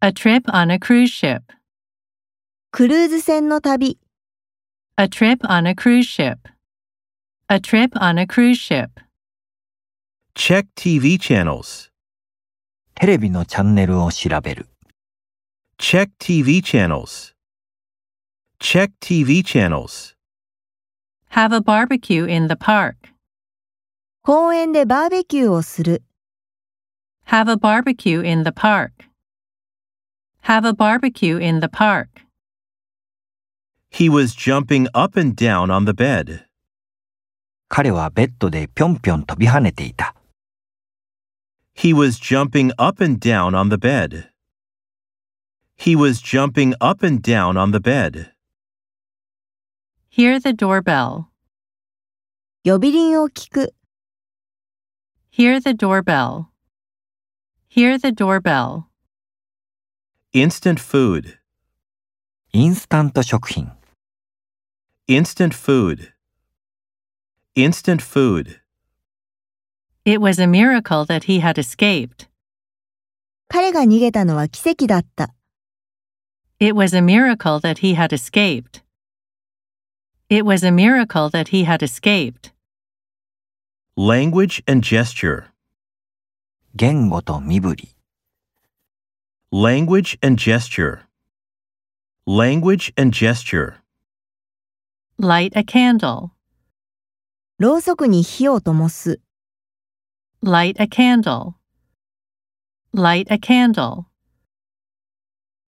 A trip on a cruise ship. クルーズ船の旅、 A trip on a cruise ship. A trip on a cruise ship. Check TV channels. テレビのチャンネルを調べる。 Check TV channels. Check TV channels. Have a barbecue in the park. 公園でバーベキューをする、 Have a barbecue in the park. Have a barbecue in the park. He was jumping up and down on the bed. 彼はベッドでぴょんぴょん飛び跳ねていた。 He was jumping up and down on the bed. He was jumping up and down on the bed. Hear the doorbell. 呼び鈴を聞く、 Hear the doorbell. Hear the doorbell. Instant food. インスタント食品。 Instant food. Instant food. It was a miracle that he had escaped. 彼が逃げたのは奇跡だった、 It was a miracle that he had escaped. It was a miracle that he had escaped. Language and gesture. 言語と身振り。 Language and gesture. Language and gesture. Light a candle. ろうそくに火を灯す。 Light a candle. Light a candle.